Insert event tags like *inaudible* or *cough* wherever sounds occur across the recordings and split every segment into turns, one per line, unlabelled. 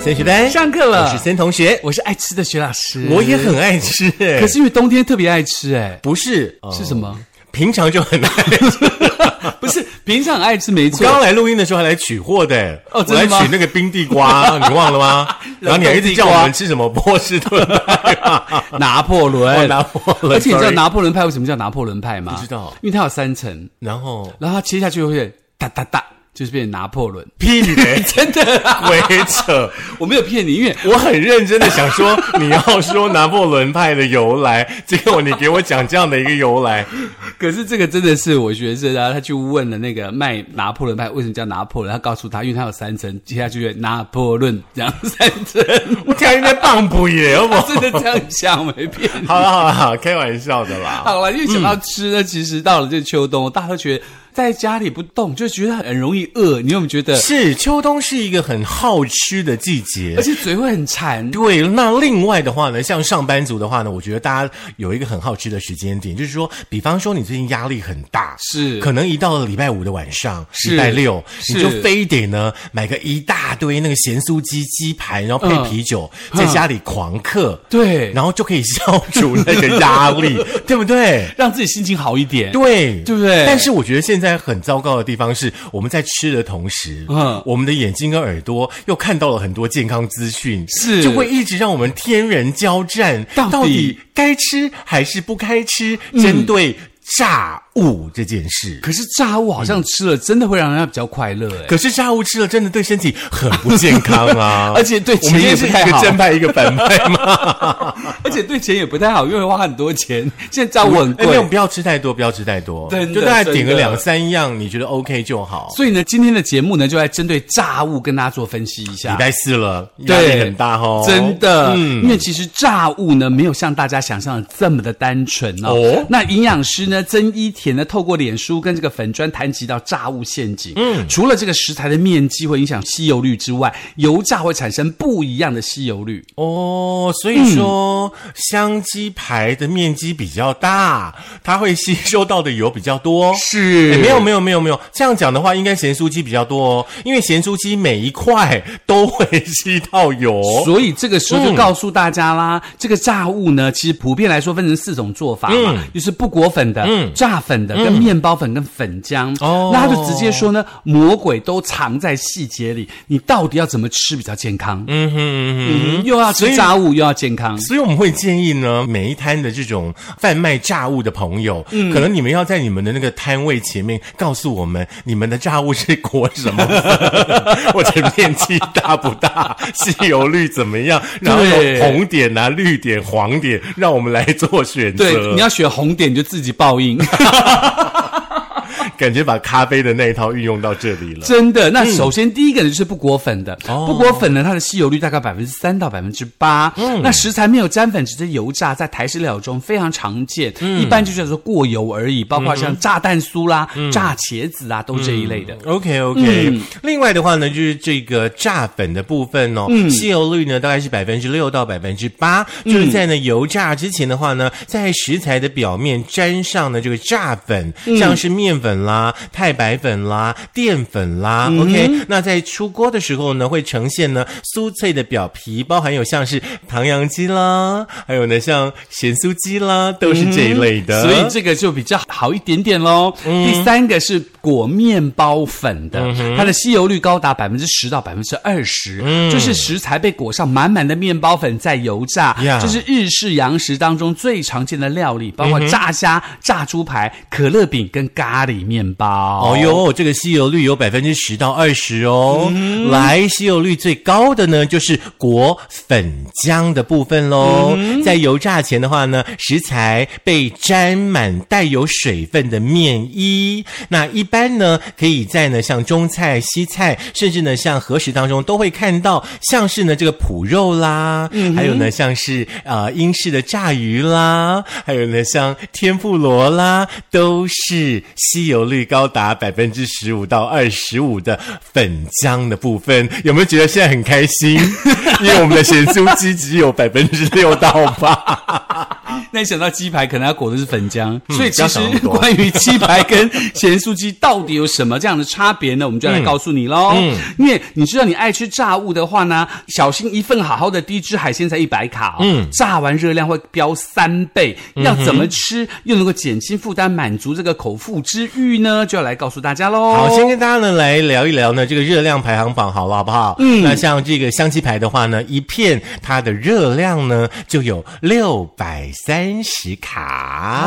森学丹
上课了
我是森同学，
我是爱吃的徐老师，
我也很爱吃、欸，
可是因为冬天特别爱吃、欸，
不是、
哎，是什么？ *laughs*
平常就很爱吃。
不是平常很爱吃没错，
刚来录音的时候还来取货的、欸，
哦
我
真
来
的吗
取那个冰地
*laughs*
瓜，你忘了吗？然后你还一直叫我们吃什么波士顿派啊
拿破仑、
哦拿破仑
而且你知道
sorry
拿破仑派为什么叫拿破仑派吗？
不知道
因为它有三层，
然后
然后它切下去会哒哒哒，就是变成拿
*laughs*
破仑。
屁嘞，
真的啊，
鬼扯！
我没有骗你，因为
我很认真的想说，你要说拿破仑派的由
*laughs*
来，结果你给我讲这样的一个由来，
可是这个真的是我学生啊，他去问了那个卖拿破仑派为什么叫拿破仑，他告诉他，因为他有三层，接下去就拿破仑这样三层，
我天，应该棒不耶，好不好？
真的这样想，没骗你。
好了好了，好了开玩笑的啦。
好嗯了，因为想到吃呢，其实到了这秋冬，大家都觉得在家里不动，就觉得很容易饿。你有没有觉得？
*laughs* 是秋冬是一个很好吃的季节
而。且嘴会很馋。
对，那另外的话呢，像上班族的话呢，我觉得大家有一个很好吃的时间点，就是说，比方说你最近压力很大，
是
可能一到了礼拜五的晚上，
是
礼拜六，
是
你就非得呢买个一大堆那个咸酥鸡鸡排，然后配
嗯
啤酒，在家里狂嗑，
对
然后就可以消除那个压
*laughs*
力，对不对？
让自己心情好一点。
对，
对不对
但是我觉得现在很糟糕的地方是，我们在吃的同时，嗯
嗯，
我们的眼睛跟耳朵又看到了很多健康资讯，
是
就会一直让我们天人交战，
到底嗯
该吃还是不该吃？针对炸物这件事。
可是炸物好像吃了，真的会让人家比较快乐哎。，
可是炸物吃了真的对身体很不健康啊
*laughs* 而且对
我们
呃钱
今天
也
是
不
一
太
个
好
正派一个反派
*laughs*
嘛。
而且对钱也不太好，因为花很多钱。现在炸物很
哎那
贵
种，不要吃太多，不要吃太多，
真的
就大概点个
真的
两三样，你觉得 OK 就好。
所以呢，今天的节目呢，就来针对炸物跟大家做分析一
礼
下。
拜四了，压
对，
力很大哦，
真的，因为其实炸物呢，没有像大家想象的这么的单纯哦。
哦
那营养师呢，曾一田呢，透过脸书跟这个粉砖谈及到炸物陷阱。嗯，除了这个食材的面积会影响吸油率之外，油炸会产生不一样的吸油率。
哦，所以说、香鸡排的面积比较大，它会吸收到的油比较多。
是
诶没有没有没有没有，这样讲的话，应该咸酥鸡比较多哦，因为咸酥鸡每一块都会吸到油。
所以这个时候就告诉大家啦，这个炸物呢，其实普遍来说分成四种做法
嗯
嘛，就是不裹粉的、炸粉的、跟面包粉跟粉浆。
哦
那他就直接说呢，魔鬼都藏在细节里，你到底要怎么吃比较健康？嗯
嗯哼嗯哼。
又要吃炸物，又要健康。
所以我们会建议呢，每一摊的这种贩卖炸物的朋友，
嗯
可能你们要在你们的那个摊位前面告诉我们，你们的炸物是裹什么粉，
*laughs*
或者面积大不大，吸油率怎么样，然后有
对
红点啊、绿点、黄点，让我们来做选择。
对，你要选红点，你就自己报应。
感觉把咖啡的那一套运用到这里了。
真的，那首先第一个呢就是不裹粉的，不裹粉呢，它的吸油率大概百分之三到百分之八。那食材没有沾粉，直接油炸，在台式料理中非常常见，一般就叫做过油而已，包括像炸蛋酥啦、炸茄子啊，都这一类的。嗯
OK OK，、另外的话呢，就是这个炸粉的部分哦，
嗯
吸油率呢大概是百分之六到百分之八，就是在呢油炸之前的话呢，在食材的表面沾上呢这个炸粉，
嗯
像是面粉啦、太白粉啦、淀粉啦、OK，那
嗯
在出锅的时候呢，会呈现呢酥脆的表皮，包含有像是唐扬鸡啦，还有呢像咸酥鸡啦，都是这一类的。嗯
嗯所以这个就比较好一点点喽。第三个是裹面包粉的，它的吸油率高达百分之十到百分之二十，
嗯
就是食材被裹上满满的面包粉在油炸，
呀
这是日式洋食当中最常见的料理，包括
嗯
炸虾、炸猪排、可乐饼跟咖喱面包。
哦哟，这个吸油率有百分之十到二十哦。来，吸油率最高的呢，就是裹粉浆的部分喽。在油炸前的话呢，食材被沾满带有水分的面衣。那一般呢，可以在呢像中菜、西菜，甚至呢像和食当中都会看到，像是呢这个脯肉啦，还有呢像是呃英式的炸鱼啦，还有呢像天妇罗啦，都是吸油率高达百分之十五到二十五的粉浆的部分。有没有觉得现在很开心？因为我们的咸酥鸡只有百分之六到八。
那你想到鸡排，可能它裹的是粉浆，所以
嗯不
其
要
实
想那么多
关于鸡排跟咸酥鸡到底有什么这样的差别呢？我们就要来
嗯
告诉你喽。因为你知道你爱吃炸物的话呢，小心一份好好的低脂海鲜才一百卡、哦，嗯，炸完热量会飙三倍，
嗯
要怎么吃又能够减轻负担，满足这个口腹之欲呢？就要来告诉大家喽。
好，先跟大家呢来聊一聊呢这个热量排行榜，好了，好不好？嗯，那像这个香鸡排的话呢，一片它的热量呢就有六百三十卡。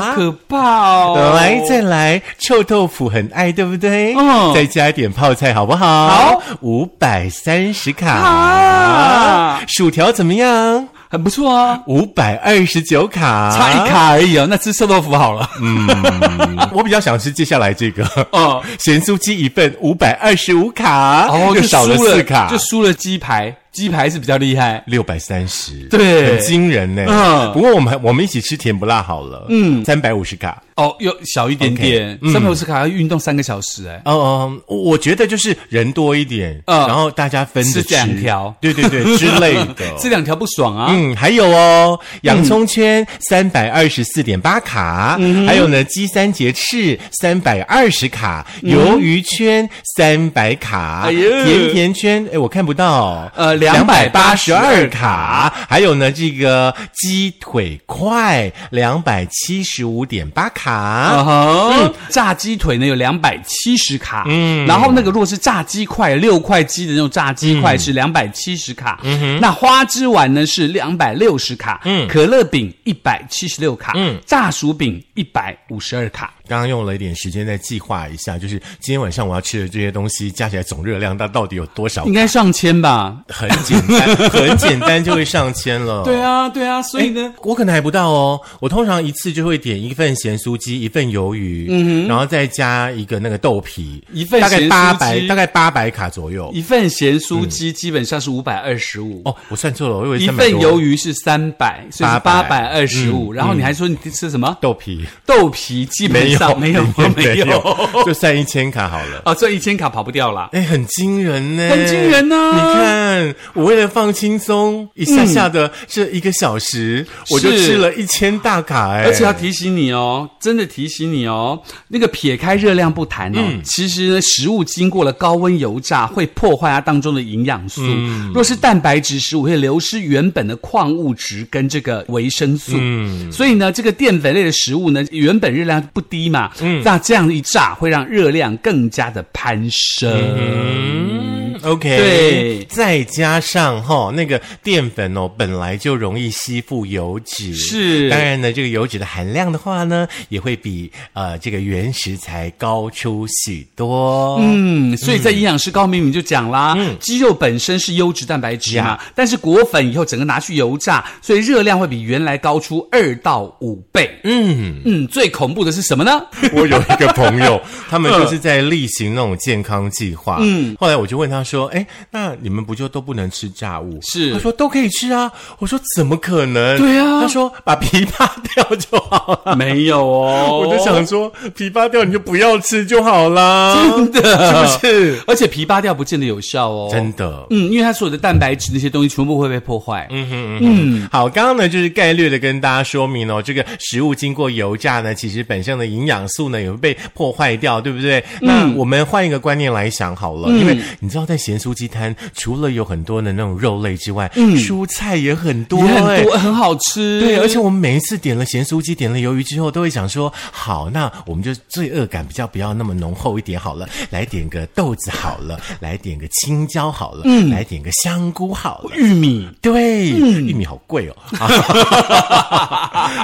好可怕哦！
来，再来，臭豆腐很爱，对不对？
嗯
再加一点泡菜，好不好？
好，
五百三十卡。
啊
薯条怎么样？
很不错啊，
五百二十九卡，
差一。卡而已哦。那吃臭豆腐好了。
嗯
*laughs*
我比较想吃接下来这个。
哦
*laughs* 咸酥鸡一份五百二十五卡，
*laughs*
又哦少了
输
四卡，
就输了鸡排，鸡排是比较厉害。
六百三十，
对
很惊人呢。
嗯
不过我们还我们一起吃甜不辣好了，嗯，三百五十卡。
哦，又小一点点，
嗯
三百五十卡要运动三个小时、哎、
哦，我我觉得就是人多一点，
嗯
然后大家分着
吃两条
对对对之类的。
*laughs* 这两条不爽啊。嗯
嗯，还有哦，洋葱圈三百二十四点八卡，还有呢，鸡三节翅三百二十卡，鱿鱼圈三百卡，
嗯哎呦
甜甜圈哎，我看不到，
呃
282
282
卡，还有呢，这个鸡腿块两百七十五点八
啊
卡，
哈、炸鸡腿呢有两百七十卡，嗯，然后那个如果是炸鸡块六块鸡的那种炸鸡
嗯
块是两百七十卡，嗯哼，那花枝丸呢是两百六十卡，嗯，可乐饼一百七十六卡，嗯，炸薯饼一百五十二卡，
刚刚用了一点时间在计划一下，就是今天晚上我要吃的这些东西加起来总热量它到底有多少
应？该上千吧？
很简单，很简单就会上千了。
*laughs* 对啊，对啊，所以呢，
哎我可能还不到哦，我通常一次就会点一份咸酥鸡，一份鱿鱼，嗯然后再加一个那个豆皮，
一份
大概
咸酥
八百，
鸡
大概八百卡左右。
一份咸酥鸡基本上是五百二十五，
哦，我算错了，我以为
一
300
份
多
鱿鱼是三百，嗯所以是八百
800
二十五。然后你还说你吃什么
豆皮
豆皮，基本上 *laughs* 没有没有
就算一千卡好了。
啊，这一千卡跑不掉啦。
哎，很惊人呢，
很惊人啊
你看，我为了放轻松，一下下的这一个小时，我就吃了一千大卡，哎，
而且要提醒你哦，真的提醒你哦，那个撇开热量不谈哦，其实呢，食物经过了高温油炸会破坏它当中的营养素。若是蛋白质食物会流失原本的矿物质跟这个维生素。所以呢，这个淀粉类的食物呢，原本热量不低嘛，那这样一炸会让热量更加的攀升。
嗯，OK，
对
再加上哈、那个淀粉哦，本来就容易吸附油脂，
是
当然呢，这个油脂的含量的话呢，也会比呃这个原食材高出许多。嗯。
嗯，所以在营养师高明明就讲啦，鸡肉本身是优质蛋白质嘛，但是裹粉以后整个拿去油炸，所以热量会比原来高出二到五倍。嗯嗯，最恐怖的是什
*laughs*
么呢？
我有一个朋
*laughs*
友，他们就是在例行那种健康计划。嗯，后来我就问他说：“哎，那你们不就都不能吃炸物？”
是
他说都可以吃啊。我说怎么可能？
对啊
他说把皮扒掉就好了。
没有哦，
我就想说，皮扒掉你就不要吃就好啦，真的，是不是？
而且皮扒掉不见得有效哦，
真的。
嗯，因为它所有的蛋白质那些东西全部会被破坏。嗯，
嗯，好，刚刚呢就是概略的跟大家说明哦，这个食物经过油炸呢，其实本身的营养素呢也会被破坏掉，对不对？那我们换一个观念来想好了，因为你知道在咸酥鸡摊，除了有很多的那种肉类之外，蔬菜也很多、
也
哎
很多，很好吃。
对，而且我们每一次点了咸酥鸡、点了鱿鱼之后，都会想说，好，那我们就罪恶感比较不要那么浓厚一点好了，来点个豆子好了，来点个青椒好了，来点个香菇好了。
玉米
对，玉米好贵哦。 *laughs*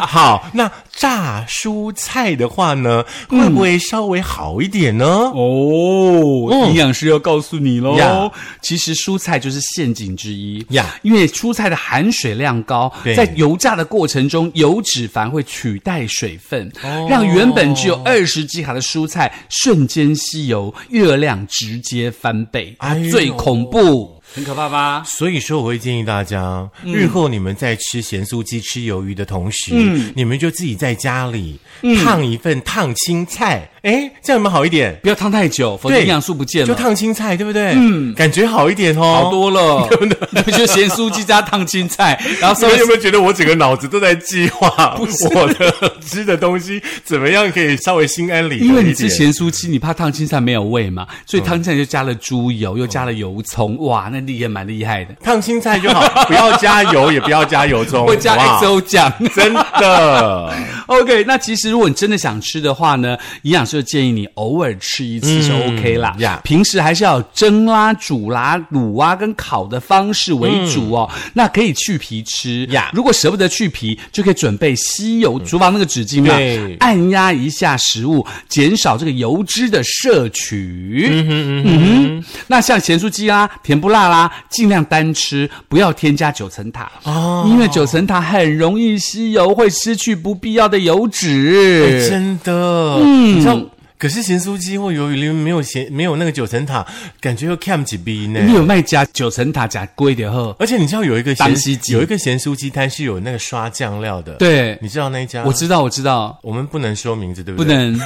好，那炸蔬菜的话呢，会不会稍微好一点呢？
哦，
嗯
营养师要告诉你喽。
呀
其实蔬菜就是陷阱之一
呀
因为蔬菜的含水量高
对，
在油炸的过程中，油脂反而会取代水分，
哦
让原本只有二十几卡的蔬菜瞬间吸油，热量直接翻倍，
哎呦
最恐怖。很可怕吧？
所以说，我会建议大家，
嗯
日后你们在吃咸酥鸡、吃鱿鱼的同时，
嗯
你们就自己在家里烫一份烫青菜，哎，这样有没有好一点？
不要烫太久，否则
对
营养素不见
就
了。
烫青菜，对不对？嗯，感觉好一点哦。
好多 *laughs* 了，对不对？就咸酥鸡加烫青菜，然后稍
你
微
们有没有觉得我整个脑子都在计划
是
我的吃的东西怎么样可以稍微心安理得一
因
点？
为你吃咸酥鸡，你怕烫青菜没有味嘛，所以烫青菜就加了猪油，又加了油葱，哇，那厉害蛮厉害的，
烫青菜就好，不要加油，也不要加
*laughs*
油葱，
会加
好不好
XO 酱。
哦
*laughs*
真的
OK，那其实如果你真的想吃的话呢，营养师就建议你偶尔吃一次是 OK 啦。
呀
平时还是要有蒸啦、煮啦、卤啊跟烤的方式为主哦。那可以去皮吃
呀
如果舍不得去皮，就可以准备吸油厨房那个纸巾嘛，啊
对
按压一下食物，减少这个油脂的摄取。嗯哼嗯哼，那像咸酥鸡啦、甜不辣啦，尽量单吃，不要添加九层塔
哦
因为九层塔很容易吸油，会失去不必要的油脂。
真的，嗯，你知道。可是咸酥鸡或鱿鱼里面没有咸，没有那个九层塔，感觉又 cam 几逼呢。
你有卖加九层塔加贵一点喝？
而且你知道有一个
当
咸
西鸡
有一个咸酥鸡摊是有那个刷酱料的，，
对，
你知道那一家？
我知道，我知道，
我们不能说名字，对不
不
对？
能，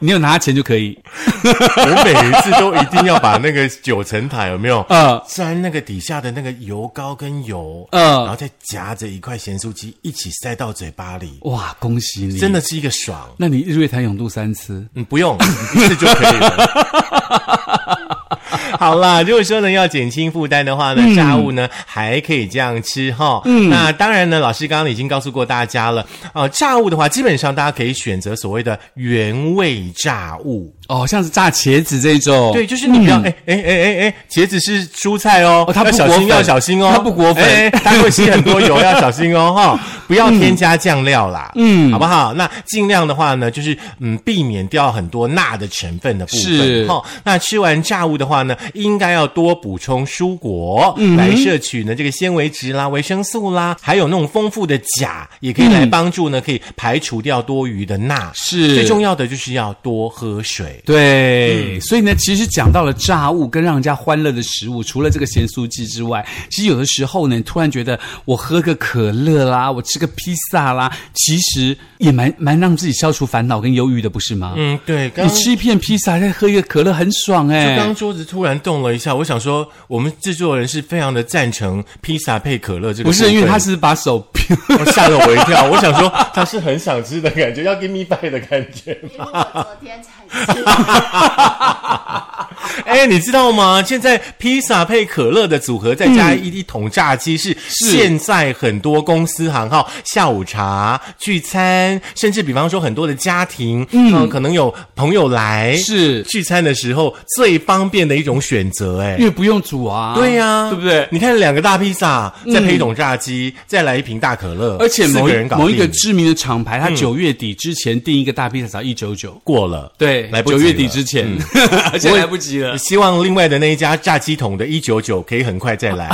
*laughs* 你有拿钱就可以。
我每一次都一定要把那个九层塔有没
*laughs*
有？
呃，
沾那个底下的那个油膏跟油，
嗯
然后再夹着一块咸酥鸡一起塞到嘴巴里，
哇，恭喜你！
真的是一个爽。
那你日月潭泳渡三次，
嗯，不 *laughs* 用一次就可以了。 *laughs* 好啦，如果说呢要减轻负担的话呢，炸物呢还可以这样吃哈。嗯，那当然呢，老师刚刚已经告诉过大家了，呃，炸物的话，基本上大家可以选择所谓的原味炸物，
哦，像是炸茄子这种，
对，就是你不要哎哎哎哎哎，茄子是蔬菜哦，
嗯哦它不
要小
裹
心要
粉
小心哦，
它不裹粉
哎哎它会吸很多
*laughs*
油，要小心哦哈，不要添加酱料啦，嗯，好不好？那尽量的话呢，就是嗯，避免掉很多钠的成分的部分
是
哈。那吃完炸物的话呢，应该要多补充蔬果
嗯
来摄取呢这个纤维质啦、维生素啦，还有那种丰富的钾，也可以来帮助呢，可以排除掉多余的钠。
嗯是
最重要的就是要多喝水。嗯
对，所以呢，其实讲到了炸物跟让人家欢乐的食物，除了这个咸酥鸡之外，其实有的时候呢，你突然觉得我喝个可乐啦，我吃个披萨啦，其实也蛮蛮让自己消除烦恼跟忧郁的，不是吗？
嗯，对，刚
你吃一片披萨，再喝一个可乐，很爽哎、
刚桌子突然动了一下，我想说，我们制作人是非常的赞成披萨配可乐这个
不
部分，
是，因为他是把手
我吓了我一跳，我想说他是很想吃的感觉，要 give me back 的感
*laughs*
觉。
因为我昨天才吃，
哎，你知道吗？现在披萨配可乐的组合，再加
嗯
一一桶炸鸡，是现在很多公司行号下午茶聚餐，甚至比方说很多的家庭，嗯、可能有朋友来
是
聚餐的时候最方便的一种选择。哎
因，为不用煮啊，
对呀、嗯
对不对？
你看两个大披萨，再配一桶炸鸡，再来一瓶大可乐，
嗯而且
四
某
个
一
人搞定嗯
某一个知名的厂牌，它九月底之前订一个大披萨只要一九九，
过了，
对，
来不及了嗯
九月底之前， *laughs* 而且
我
来不及了。
希望另外的那一家炸鸡桶的一九九可以很快再
*laughs*
来。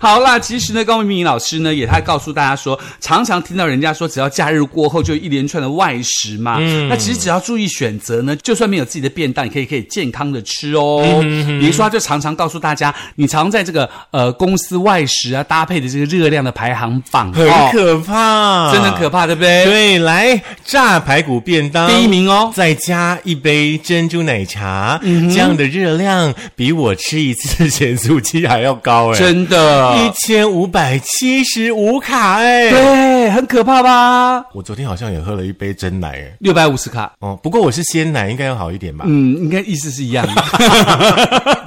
好啦，其实呢，高明敏老师呢，也他告诉大家说，常常听到人家说，只要假日过后就一连串的外食嘛。
嗯
那其实只要注意选择呢，就算没有自己的便当，也可以可以健康的吃哦。
嗯
比如说，他就常常告诉大家，你常在这个呃公司外食啊搭配的这个热量的排行榜，
很
哦
可怕，
真的可。怕，对不对？
对，来炸排骨便当
第一名哦
再加一杯珍珠奶茶，
嗯
这样的热量比我吃一次咸酥鸡还要高哎，
真的，
一千五百七十五卡哎。
对，很可怕吧？
我昨天好像也喝了一杯真奶哎，
六百五十卡，
哦，不过我是鲜奶，应该要好一点吧。
嗯，应该意思是一样
*laughs*
的， *laughs*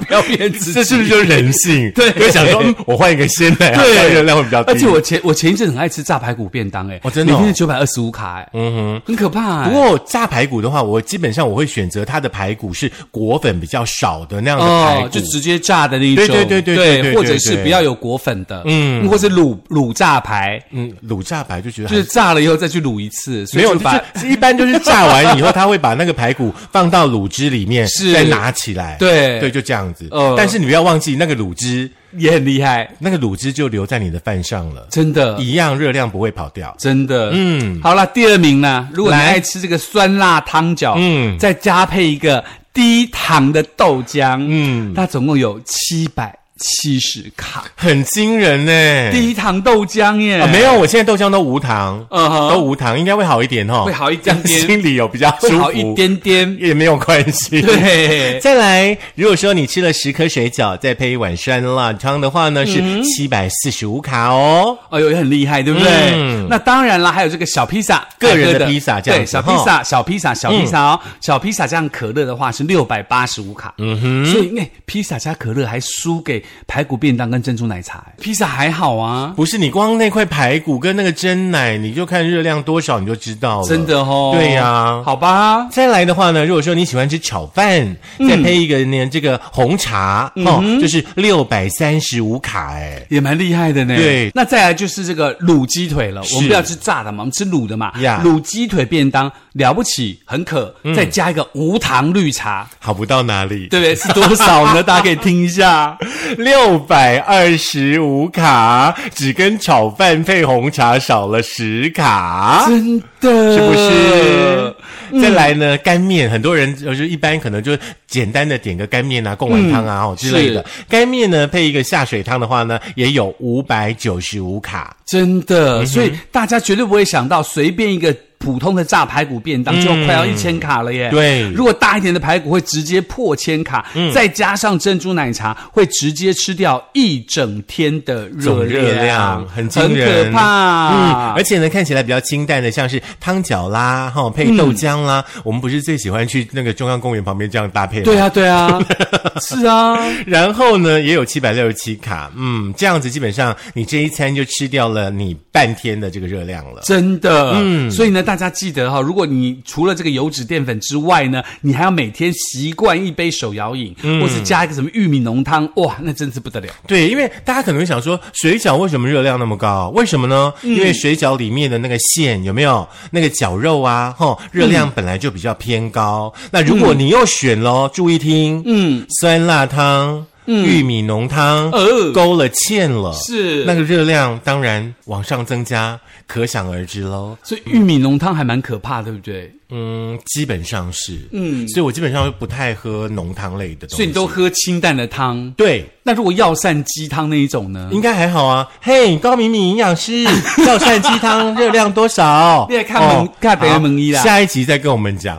不要骗自己，
这是不是就是人性？ *laughs*
对
就想说，嗯我换一个鲜
*laughs*
奶，好像热量会比较低。
而且我前我前一阵很爱吃炸排骨便当、欸，哎、
哦真的哦
每天九百二十五卡、欸，嗯哼，很可怕、欸。
不过炸排骨的话，我基本上我会选择它的排骨是果粉比较少的那样的排
哦
骨，，
就直接炸的那一种，
对对对对对对
或者是
对
不要有裹粉的，嗯，或是卤卤炸排，
嗯卤炸排就觉得
就是炸了以后再去卤一次，
还。没有，
所以就把
就是一般就是炸完以后，他会把那个排骨放到卤汁里面，
是
再拿起来，
对
对，就这样子。
呃
但是你不要忘记，那个卤汁，
也很厉害，
那个卤汁就留在你的饭上了，
真的。
一样热量不会跑掉。
真的，
嗯
好啦，第二名呢？如果你
来
爱吃这个酸辣汤饺，
嗯
嗯，再加配一个低糖的豆浆，嗯，它总共有七百七十卡，
很惊人呢。
低糖豆浆耶，
啊，哎没有，我现在豆浆都无糖，
嗯哼
都无糖，应该会好一点哦，
会好一点点
心里有比较舒
会
服
好一，点点， *laughs*
也没有关系。
对
再来，如果说你吃了十颗水饺，再配一碗酸辣汤的话
嗯
呢，是七百四十五卡哦。
哎呦，也很厉害，对不对？
嗯
那当然啦，还有这个小披萨，
个人的
可乐
披萨这样
对，
子嗯
小披萨，小披萨，小披萨哦，小披萨加上可乐的话是六百八十五卡，嗯哼，所以那、披萨加可乐还输给排骨便当跟珍珠奶茶，哎披萨还好啊，
不是你光那块排骨跟那个蒸奶，你就看热量多少你就知道了。
真的哦，
对呀
好吧，
再来的话呢，如果说你喜欢吃炒饭，
嗯
再配一个呢这个红茶、哦，就是六百三十五卡哎。
也蛮厉害的呢。
对
那再来就是这个卤鸡腿了。
是
我们不要吃炸的嘛，我们吃卤的嘛。
呀嗯
卤鸡腿便当了不起，很渴，再加一个无糖绿茶，
好不到哪里，
对不对？是多少呢？大家可以听一下。
*laughs* 六百二十五卡，只跟炒饭配红茶少了十卡，
*laughs* 真的
是不是？？
嗯
再来呢，干面，很多人就是一般可能就简单的点个干面啊、贡丸汤
嗯
啊、哦之类的。干面呢配一个下水汤的话呢，也有五百九十五卡。
真的，所以大家绝对不会想到，随便一个普通的炸排骨便当就快要一千卡了耶。
对
如果大一点的排骨会直接破千卡，再加上珍珠奶茶，会直接吃掉一整天的热
总热量
量，
很惊人，
很可怕。
嗯，
哎
而且呢，看起来比较清淡的，像是汤饺啦，哈、
嗯
配豆浆啦、我们不是最喜欢去那个中央公园旁边这样搭配吗？
对。啊，对啊， *laughs* 是啊，
然后呢，也有七百六十七卡，嗯，这样子基本上你这一餐就吃掉了你半天的这个热量了。
真的。嗯，所以呢，大家记得哈、如果你除了这个油脂淀粉之外呢，你还要每天习惯一杯手摇饮，或是加一个什么玉米浓汤，哇，那真是不得了。
对，因为大家可能会想说，水饺为什么热量那么高？为什么呢？
嗯
因为水饺里面的那个馅有没有那个绞肉啊，哈、热量
嗯
本来就比较偏高。那如果你又选喽，注意听，嗯，酸辣汤。玉米浓汤，
嗯呃
勾了芡了，
是
那个热量当然往上增加，可想而知喽。
所以玉米浓汤还蛮可怕，对不对？
嗯，基本上是，嗯，所以我基本上不太喝浓汤类的东西，
所以你都喝清淡的汤。
对，
那如果药膳鸡汤那一种呢？
应该还好啊。嘿，高敏敏营养
*laughs*
师，药膳鸡汤热量多少？哦
你也看门看别人门医啦
好下一集再跟我们
*laughs*
讲。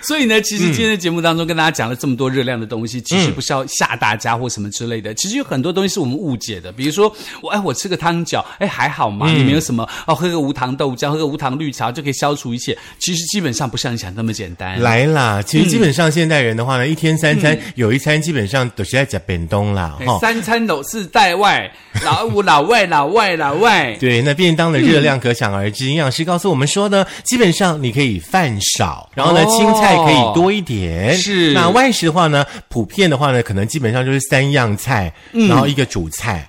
所以呢，其实今天的节目当中跟大家讲了这么多热量的东西，其
嗯
实不是要吓大家或什么之类的。其实有很多东西是我们误解的，比如说我哎，我吃个汤饺，哎还好嘛，
嗯
也没有什么哦，喝个无糖豆浆，喝个无糖绿茶就可以消除一切。其实基本上不像你想那么简单。
来啦，其实基本上现代人的话
嗯
呢，一天三餐有一餐基本上都是在讲便当啦，
哎
哈。
三餐都是在外，老五老外老外老外，
对，那便当的热量可想而知。营养师告诉我们说呢，基本上你可以饭少，然后呢
哦
青菜可以多一点。
是
那外食的话呢，普遍的话呢，可能基本上就是三样菜，然后一个主菜。
嗯哦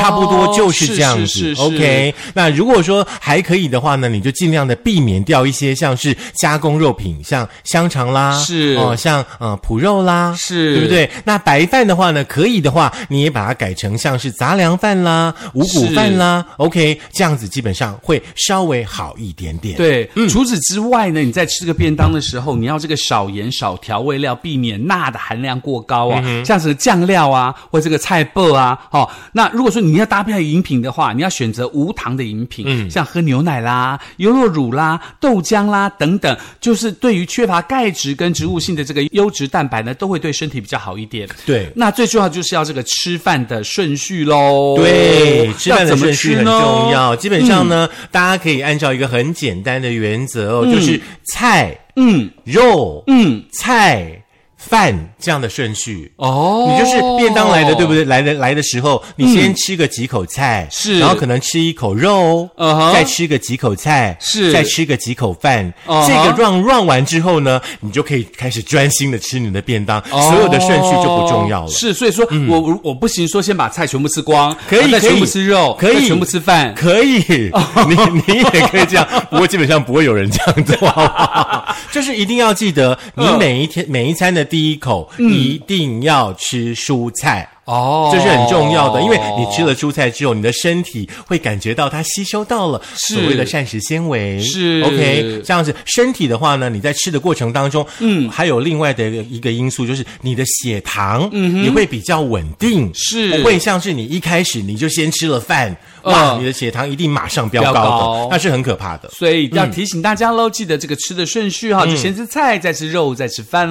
差不多就是这样子。
是是是
OK，那如果说还可以的话呢，你就尽量的避免掉一些像是加工肉品，像香肠啦，
是
哦、像呃脯肉啦，*laughs*
是
对不对？那白饭的话呢，可以的话，你也把它改成像是杂粮饭啦、五谷饭啦，OK，这样子基本上会稍微好一点点。。嗯
对，除此之外呢，你在吃这个便当的时候，你要这个少盐、少调味料，避免钠的含量过高
嗯
啊，像是酱料啊，或这个菜脯啊，哦。那如果说你要搭配饮品的话，你要选择无糖的饮品，
嗯
像喝牛奶啦、优酪乳啦、豆浆啦等等，就是对于缺乏钙质跟植物性的这个优质蛋白呢，都会对身体比较好一点。
对
那最重要就是要这个吃饭的顺序喽。
对，吃饭的
要哦怎么
顺序
吃
很
呢嗯
重要。基本上呢，大家可以按照一个很简单的原则哦，就是菜、
嗯
肉、
嗯，
菜、饭这样的顺序。
哦，
你就是便当来的，对不？对？来的来的时候，你先吃个几口菜，
嗯是
然后可能吃一口肉
嗯哼
再吃个几口菜，
是
再吃个几口饭。
嗯哼
这个 run run 完之后呢，你就可以开始专心的吃你的便当，
哦
所有的顺序就不重要了。嗯
是，所以说、我我我不行，说先把菜全部吃光，
可以
然后再
可以
全部吃肉，
可以
再全部吃饭。
可以，
哦
你你也可以
*laughs*
这样，不过基本上不会有人这样做，好不好？就是一定要记得，你
嗯
每一天每一餐的第一口一定要吃蔬菜。
哦，
这是很重要的，因为你吃了蔬菜之后，你的身体会感觉到它吸收到了
是
所谓的膳食纤维，
是
OK。这样子，身体的话呢，你在吃的过程当中，嗯，还有另外的一个因素就是你的血糖，嗯，也会比较稳定，
是
不会像是你一开始你就先吃了饭，
嗯
哇，你的血糖一定马上飙高
飙
的，
高
那是很可怕的。
所以要提醒大家喽，记得这个吃的顺序哈，就先吃菜，再吃肉，再吃饭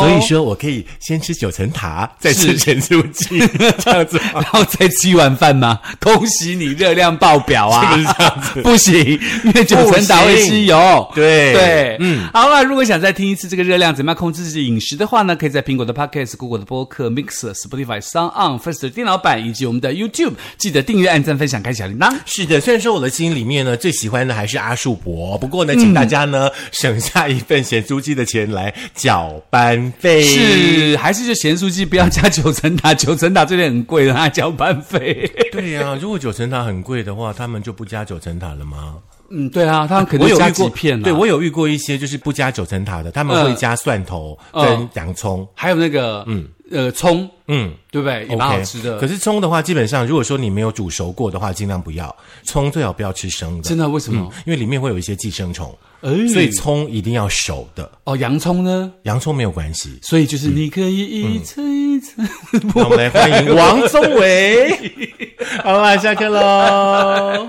嗯所以说我可以先吃九层塔，再吃陈醋鸡，这样
*laughs*
子吗
然后再吃一碗饭 *laughs* 吗？恭喜你热量爆表
是
啊！
不是这样子
不行，因为九层塔会吸油。
对
对，嗯
嗯，
好了，如果想再听一次这个热量怎么样控制自己饮食的话呢，可以在苹果的 Podcast、Google 的播客、Mixer、Spotify、Sound On、First 的电脑版以及我们的 YouTube，记得订阅、按赞、分享、开小铃铛。
是的，虽然说我的心里面呢最喜欢的还是阿树伯，不过呢，
嗯
请大家呢、省下一份咸猪鸡的钱来缴班费。
是，还是就咸酥鸡不要加九层塔，九层塔最近很贵的，还交班费。
对呀、如果九层塔很贵的话，他们就不加九层塔了吗？
*laughs* 嗯，对啊，他们肯
我
定
有
加
遇
几
过，
片啊
对我有遇过一些就是不加九层塔的，他们会加蒜头
嗯
跟洋葱，
还有那个嗯呃葱，
嗯。
对不对？也哎蛮好吃的。
可是葱的话，基本上如果说你没有煮熟过的话，尽量不要。葱最好不要吃生的，
真的为什么
嗯？因为里面会有一些寄生虫，
哎
所以葱一定要熟的。
哦，洋葱呢？
洋葱没有关系。
所以就是你可以一层一层。
那我们来欢迎王宗维。好啦，下课喽。